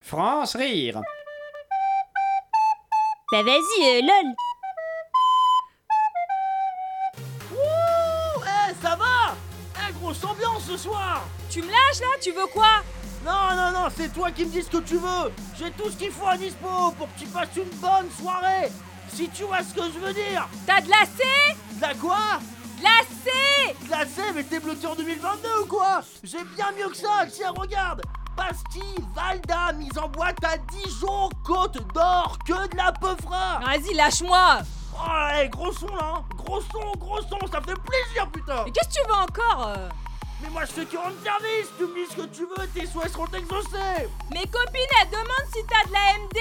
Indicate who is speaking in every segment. Speaker 1: France rire.
Speaker 2: Bah vas-y, euh, lol
Speaker 3: Eh, ça va Eh, grosse ambiance ce soir
Speaker 4: Tu me lâches là Tu veux quoi
Speaker 3: Non, non, non, c'est toi qui me dis ce que tu veux J'ai tout ce qu'il faut à dispo pour que tu passes une bonne soirée Si tu vois ce que je veux dire
Speaker 4: T'as glacé
Speaker 3: De la quoi
Speaker 4: Glacé
Speaker 3: Glacé Mais t'es bloqué en 2022 ou quoi J'ai bien mieux que ça, tiens, regarde Pastille, Valda, mise en boîte à Dijon, Côte d'Or, que de la peufra
Speaker 4: Ah, Vas-y, lâche-moi
Speaker 3: Oh, eh, gros son là hein. Gros son, gros son, ça fait plaisir, putain
Speaker 4: Mais qu'est-ce que tu veux encore euh
Speaker 3: Mais moi, je fais que rendre service Tu me dis ce que tu veux, tes souhaits seront exaucés
Speaker 4: Mes copines, elles demandent si t'as de la MD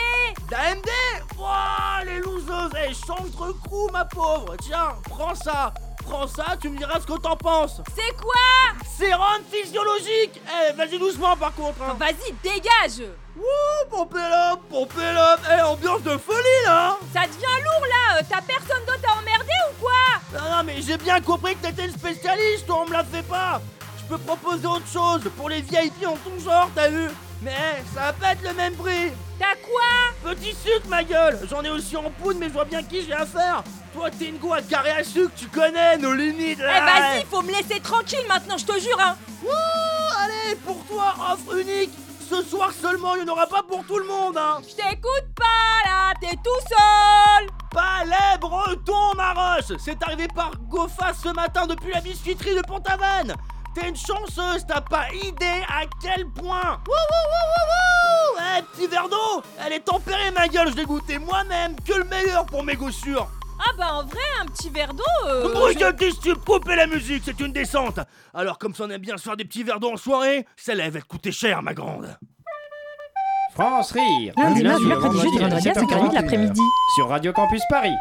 Speaker 3: D'AMD Wouah, les loseuses Eh, chantre crew, ma pauvre Tiens, prends ça Prends ça, tu me diras ce que t'en penses
Speaker 4: C'est quoi
Speaker 3: Sérum physiologique Eh, vas-y doucement, par contre hein.
Speaker 4: Vas-y, dégage
Speaker 3: Wouh, pompez l'homme, pompez l'homme Eh, ambiance de folie, là hein.
Speaker 4: Ça devient lourd là euh, T'as personne d'autre à emmerder ou quoi
Speaker 3: Non, non, mais j'ai bien compris que t'étais une spécialiste, toi, on me la fait pas Je peux proposer autre chose, pour les VIP en ton genre, t'as vu Mais, eh, ça va pas être le même prix
Speaker 4: T'as quoi
Speaker 3: Petit sucre, ma gueule J'en ai aussi en poudre, mais je vois bien qui j'ai affaire Toi, t'es une go à carré à sucre, tu connais nos limites
Speaker 4: Eh vas-y, faut me laisser tranquille maintenant, je te jure hein
Speaker 3: Wouh Allez, pour toi, offre unique Ce soir seulement, il n'y en aura pas pour tout le monde, hein
Speaker 4: Je t'écoute pas là, t'es tout seul
Speaker 3: Palais breton, Maroche C'est arrivé par Gofa ce matin depuis la biscuiterie de Pont-Aven T'es une chanceuse, t'as pas idée à quel point Wouh, wouh, wouh, wouh, wouh Eh, petit verre d'eau Elle est tempérée, ma gueule, je l'ai goûté moi-même Que le meilleur pour mes goûts sûrs
Speaker 4: Ah bah en vrai, un petit verre d'eau euh,
Speaker 3: Brouille
Speaker 4: je-
Speaker 3: de disque, coupez la musique, c'est une descente Alors, comme ça on aime bien se faire des petits verres d'eau en soirée, celle-là, elle va te coûter cher, ma grande
Speaker 1: France rire.
Speaker 5: Lundi,
Speaker 1: Du
Speaker 5: mardi,
Speaker 1: au
Speaker 5: mercredi, jeudi, vendredi à 5h30 de
Speaker 1: 7h30,
Speaker 5: l'après-midi.
Speaker 1: Sur Radio Campus Paris.